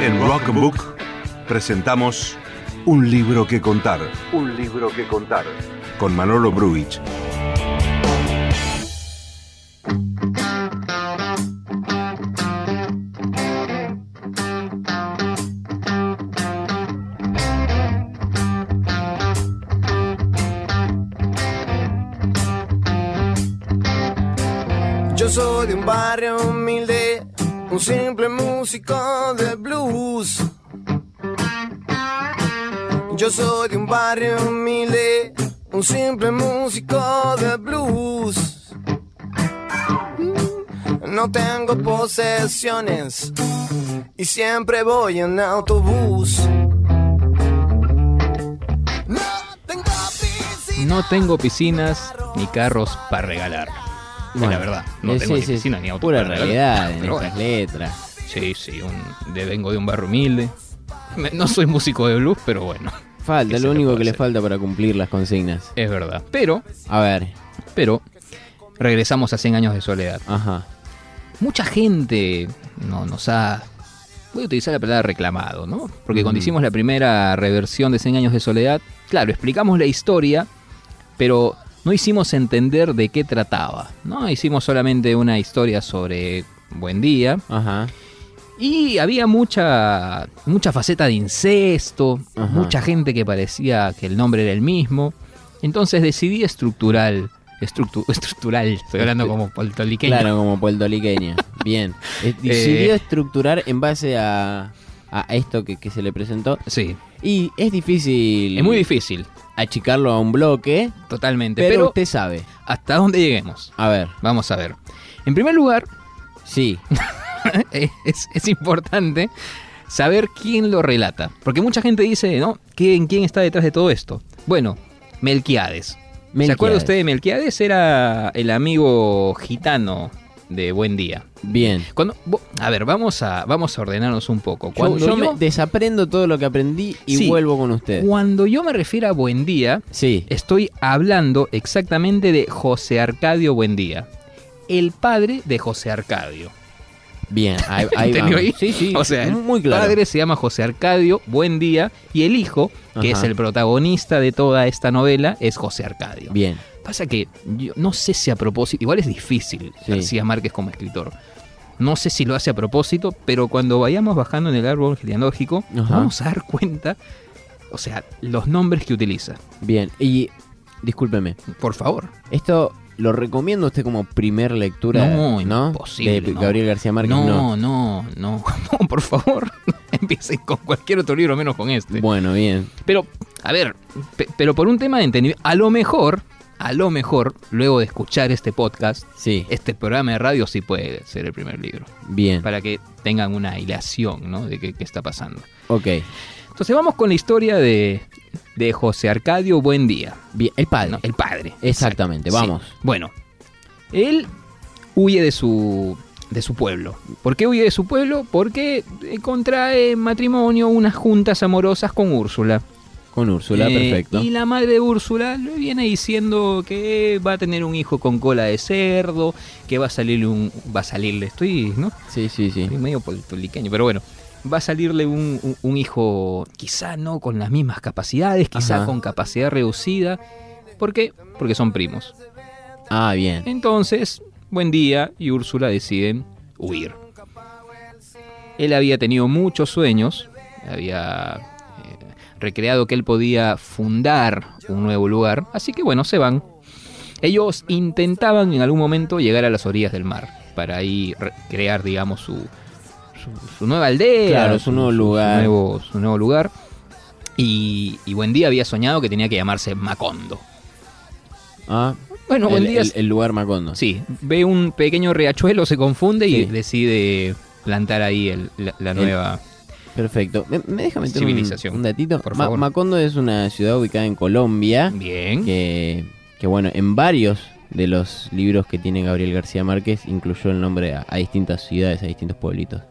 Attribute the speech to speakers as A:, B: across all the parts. A: En Rockbook presentamos Un libro que contar. Un libro que contar. Con Manolo Bruich.
B: Yo soy de un barrio humilde, un simple músico de blues. Yo soy de un barrio humilde, un simple músico de blues. No tengo posesiones y siempre voy en autobús. No tengo piscina.
C: No tengo piscinas ni carros para regalar. Es la
D: Bueno,
C: verdad, no
D: eh,
C: tengo
D: sí,
C: ni
D: sí,
C: piscina ni auto.
D: Pura
C: para regalar.
D: realidad en
C: Pero
D: estas
C: bueno,
D: letras.
C: Sí, sí, un, de, vengo de un barrio humilde. Me- no soy músico de blues, pero bueno,
D: Falta,
C: ¿Qué se
D: lo
C: le
D: único
C: puede
D: que le
C: hacer?
D: falta para cumplir las consignas.
C: es verdad. Pero,
D: A ver,
C: pero, regresamos a 100 años de soledad.
D: ajá.
C: Mucha gente no, nos ha... Voy a utilizar la palabra reclamado, ¿no? Porque cuando
D: Mm.
C: hicimos la primera reversión de 100 años de soledad, claro, explicamos la historia, pero no hicimos entender de qué trataba, ¿no? Hicimos solamente una historia sobre Buen Día,
D: Ajá.
C: Y había mucha, mucha faceta de incesto,
D: Ajá.
C: mucha gente que parecía que el nombre era el mismo. Entonces decidí estructural. estructu- estructural, estoy hablando como puertoliqueño.
D: Claro, como puertoliqueña. Bien. Eh, Decidió estructurar en base a, a esto que, que se le presentó.
C: Sí,
D: Y es difícil
C: es muy difícil,
D: achicarlo a un bloque,
C: totalmente.
D: pero,
C: Pero,
D: usted sabe.
C: ¿hasta dónde lleguemos?
D: A ver,
C: Vamos a ver. En primer lugar, eh,
D: sí.
C: es, es importante saber quién lo relata. Porque mucha gente dice, ¿no? ¿Quién, quién está detrás de todo esto? Bueno, Melquiades. ¿Se
D: Melquiades.
C: acuerda usted de Melquiades? Era el amigo gitano de Buen Día.
D: Bien.
C: Cuando, bo- a ver, vamos a, vamos a ordenarnos un poco.
D: Yo,
C: Cuando
D: yo
C: yo,
D: me desaprendo todo lo que aprendí y
C: Sí.
D: vuelvo con usted.
C: cuando yo me refiero a Buen Día,
D: Sí.
C: estoy hablando exactamente de José Arcadio Buendía. El padre de José Arcadio.
D: Bien, ahí, ahí
C: ¿Entendió
D: vamos.
C: ahí?
D: Sí, sí.
C: O sea, el
D: muy claro.
C: padre se llama José Arcadio, buen día, y el hijo, que
D: Ajá.
C: es el protagonista de toda esta novela, es José Arcadio.
D: Bien.
C: Pasa que yo no sé si a propósito, igual es difícil
D: Sí.
C: García Márquez como escritor. No sé si lo hace a propósito, pero cuando vayamos bajando en el árbol genealógico, nos
D: Ajá.
C: vamos a dar cuenta, o sea, los nombres que utiliza.
D: Bien, y discúlpeme,
C: Por favor.
D: esto lo recomiendo a usted como primer lectura,
C: No,
D: ¿no?
C: imposible,
D: de
C: no.
D: Gabriel García Márquez,
C: no,
D: no.
C: no, no, no, por favor. Empiecen con cualquier otro libro menos con este.
D: Bueno, bien.
C: Pero, a ver, pe- pero por un tema de entendimiento, a lo mejor, a lo mejor, luego de escuchar este podcast,
D: Sí,
C: este programa de radio sí puede ser el primer libro,
D: bien.
C: para que tengan una hilación, ¿no? De qué, qué está pasando.
D: Ok.
C: Entonces vamos con la historia de, de José Arcadio Buendía,
D: Bien, el padre.
C: ¿no? el padre.
D: Exactamente,
C: Sí.
D: vamos.
C: Bueno, él huye de su, de su pueblo. ¿Por qué huye de su pueblo? Porque eh, contrae matrimonio unas juntas amorosas con Úrsula.
D: Con Úrsula,
C: Eh,
D: perfecto.
C: Y la madre de Úrsula le viene diciendo que va a tener un hijo con cola de cerdo, que va a salirle un. Va a salirle, estoy, ¿no?
D: Sí, sí, sí.
C: Estoy medio puertoliqueño, pero bueno. Va a salirle un, un- un hijo, quizá no con las mismas capacidades, quizá
D: Ajá.
C: con capacidad reducida. ¿Por qué? Porque son primos.
D: Ah, bien.
C: Entonces, buen día y Úrsula deciden huir. Él había tenido muchos sueños, había eh, recreado que él podía fundar un nuevo lugar, así que bueno, se van. Ellos intentaban en algún momento llegar a las orillas del mar para ahí re- crear, digamos, su, su- su nueva aldea,
D: Claro, su nuevo lugar.
C: su nuevo, su nuevo lugar. Y, y buen día había soñado que tenía que llamarse Macondo.
D: Ah,
C: Bueno, buen
D: el,
C: día.
D: el- el lugar Macondo.
C: Sí, ve un pequeño riachuelo, se confunde
D: Sí.
C: y decide plantar ahí el- la, la
D: El-
C: nueva.
D: Perfecto. ¿Me, me deja meter un-
C: Civilización.
D: Un, datito?
C: Por
D: Ma-
C: favor.
D: Macondo es una ciudad ubicada en Colombia.
C: Bien.
D: que, que, bueno, en varios de los libros que tiene Gabriel García Márquez incluyó el nombre a, a distintas ciudades, a distintos pueblitos.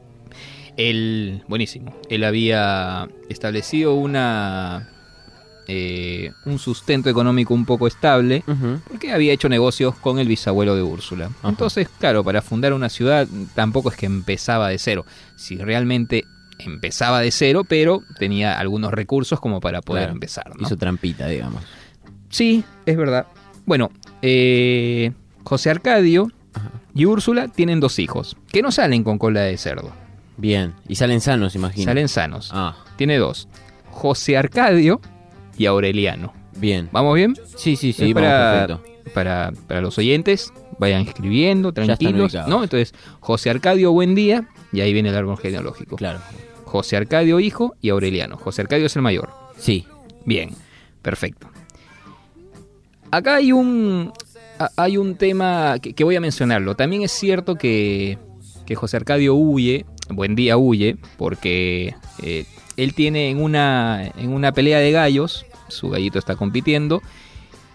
C: Él, buenísimo. Él había establecido una eh, un sustento económico un poco estable,
D: Ujú.
C: porque había hecho negocios con el bisabuelo de Úrsula.
D: Ajá.
C: Entonces, claro, para fundar una ciudad tampoco es que empezaba de cero, si realmente empezaba de cero, pero tenía algunos recursos como para poder
D: Claro.
C: empezar. ¿no?
D: Hizo trampita, digamos.
C: Sí, es verdad. Bueno, eh, José Arcadio
D: Ajá.
C: y Úrsula tienen dos hijos, que no salen con cola de cerdo,
D: Bien. Y salen sanos, imagino.
C: salen sanos.
D: Ah,
C: Tiene dos, José Arcadio y Aureliano.
D: bien.
C: ¿Vamos bien?
D: Sí, sí, sí,
C: Es
D: vamos
C: para,
D: perfecto.
C: para, para los oyentes, vayan escribiendo,
D: están
C: tranquilos.
D: ubicados.
C: ¿no? Entonces, José Arcadio, buen día, y ahí viene el árbol genealógico.
D: Claro.
C: José Arcadio, hijo, y Aureliano. José Arcadio es el mayor.
D: Sí.
C: Bien, perfecto. Acá hay un, a- hay un tema que, que voy a mencionarlo. También es cierto que, que José Arcadio huye, buen día huye, porque eh, él tiene en una, en una pelea de gallos, su gallito está compitiendo,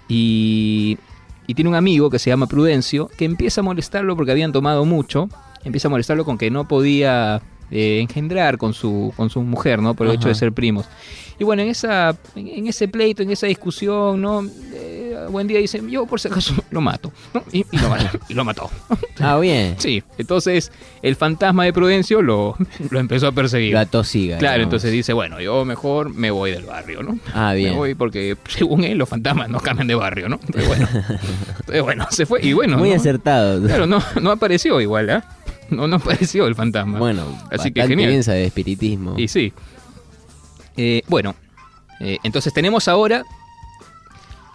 C: y, y tiene un amigo que se llama Prudencio, que empieza a molestarlo porque habían tomado mucho, empieza a molestarlo con que no podía eh, engendrar con su, con su mujer, ¿no? Por el hecho de
D: Ajá.
C: ser primos. Y bueno, en, esa, en- en ese pleito, en esa discusión, ¿no? Eh, buen día dicen, yo por si acaso lo mato. ¿no? Y, y lo, mató, y lo mató.
D: Ah, bien.
C: Sí, entonces el fantasma de Prudencio lo, lo empezó a perseguir.
D: La tosiga.
C: Claro,
D: digamos.
C: entonces dice, bueno, yo mejor me voy del barrio, ¿no?
D: Ah, bien.
C: Me voy porque según él los fantasmas no cambian de barrio, ¿no? Entonces bueno, entonces, bueno se fue y bueno.
D: Muy
C: ¿no?
D: acertado.
C: Claro, no, no apareció igual, ¿ah? No, no apareció el fantasma.
D: Bueno,
C: Así que
D: bastante
C: genial.
D: bien sabe de espiritismo.
C: Y sí. Eh, bueno, eh, entonces tenemos ahora.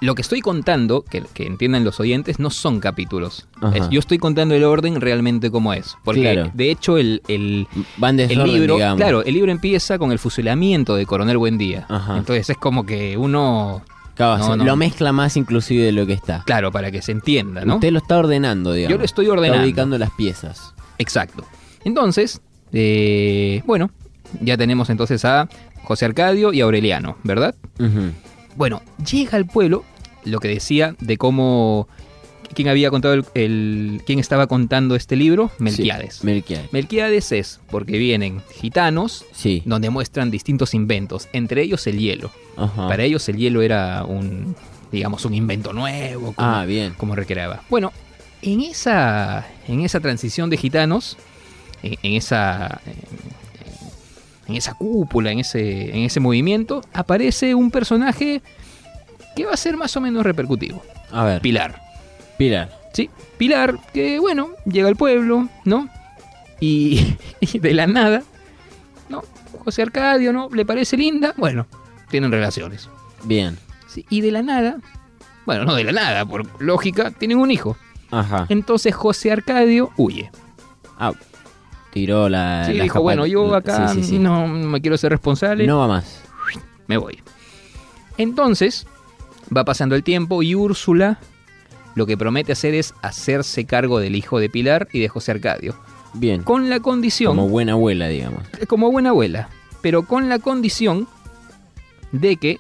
C: Lo que estoy contando, que, que entiendan los oyentes, no son capítulos.
D: Ajá.
C: Es- yo estoy contando el orden realmente como es. Porque,
D: Claro.
C: de hecho, el, el-
D: Van de
C: el
D: desorden,
C: libro.
D: digamos.
C: Claro, el libro empieza con el fusilamiento de Coronel Buendía.
D: Ajá.
C: Entonces es como que uno.
D: Claro,
C: No,
D: se-
C: no.
D: Lo mezcla más inclusive de lo que está.
C: Claro, para que se entienda, ¿no?
D: Usted lo está ordenando, digamos.
C: Yo lo estoy
D: Está
C: ordenando.
D: ubicando las piezas.
C: Exacto. Entonces, eh, bueno, ya tenemos entonces a José Arcadio y Aureliano, ¿verdad?
D: Ujú.
C: Bueno, llega al pueblo lo que decía de cómo. ¿Quién había contado el. el- quién estaba contando este libro? Melquiades.
D: Sí, Melquiades.
C: Melquiades es porque vienen gitanos
D: Sí.
C: donde muestran distintos inventos, entre ellos el hielo.
D: Ajá.
C: Para ellos el hielo era un, digamos, un invento nuevo, como,
D: Ah, bien.
C: como recreaba. Bueno, en esa, en esa transición de gitanos, en, en esa, en esa cúpula, en ese, en ese movimiento, aparece un personaje que va a ser más o menos repercutivo,
D: A ver.
C: Pilar.
D: Pilar.
C: Sí, Pilar, que bueno, llega al pueblo, ¿no? Y, y de la nada, ¿no? José Arcadio, ¿no? ¿Le parece linda? Bueno, tienen relaciones.
D: Bien.
C: Sí, Y de la nada, bueno, no de la nada, por lógica, tienen un hijo.
D: Ajá.
C: Entonces José Arcadio huye.
D: Ah, tiró la.
C: Sí,
D: Ah, la
C: dijo,
D: japa-
C: bueno, yo acá
D: Sí, sí, sí.
C: no me quiero ser responsable,
D: No va más.
C: me voy. Entonces, va pasando el tiempo y Úrsula lo que promete hacer es hacerse cargo del hijo de Pilar y de José Arcadio.
D: Bien.
C: Con la condición,
D: Como
C: como,
D: buena abuela, digamos.
C: buena abuela, pero con la condición de que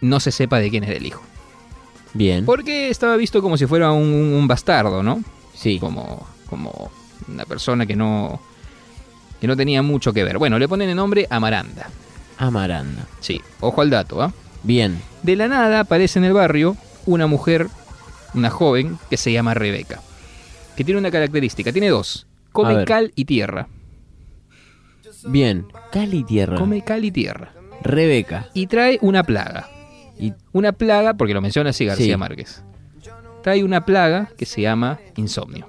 C: no se sepa de quién es el hijo.
D: Bien.
C: Porque estaba visto como si fuera un- un bastardo, ¿no?
D: Sí.
C: como, como una persona que no, que no tenía mucho que ver. Bueno, le ponen el nombre Amaranda.
D: Amaranda.
C: Sí, ojo al dato, ¿ah?
D: Bien.
C: De la nada aparece en el barrio una mujer, una joven, que se llama Rebeca. Que tiene una característica, tiene dos.
D: A
C: Come
D: ver.
C: cal y tierra.
D: Bien. Cali Tierra.
C: Come cal y tierra.
D: Rebeca.
C: Y trae una plaga.
D: Y
C: Una plaga, porque lo menciona así García
D: Sí.
C: Márquez. Trae una plaga que se llama insomnio.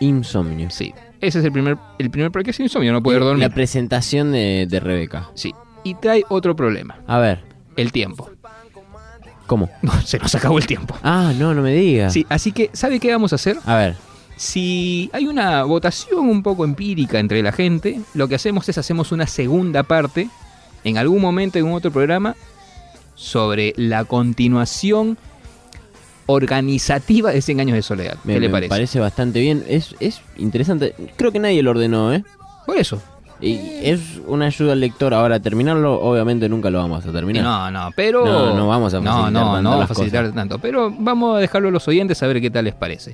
D: insomnio.
C: Sí. Ese es el primer, el primer, ¿por qué es insomnio? No poder dormir.
D: La presentación de, de Rebeca.
C: Sí. Y trae otro problema,
D: A ver.
C: el tiempo.
D: ¿Cómo?
C: No, se nos acabó el tiempo.
D: Ah, no, no me diga.
C: Sí, así que, ¿sabe qué vamos a hacer?
D: A ver.
C: Si hay una votación un poco empírica entre la gente, lo que hacemos es hacemos una segunda parte, en algún momento en un otro programa, sobre la continuación organizativa de 100 años de soledad.
D: Me,
C: ¿Qué le
D: me
C: parece?
D: bastante bien. Es, es interesante. Creo que nadie lo ordenó, ¿eh?
C: Por eso.
D: Y es una ayuda al lector. Ahora, terminarlo, obviamente nunca lo vamos a terminar.
C: No, no, pero...
D: No, no vamos a facilitar
C: No, no,
D: tanto
C: no vamos a
D: las
C: facilitar tanto. Pero vamos a dejarlo a los oyentes a ver qué tal les parece.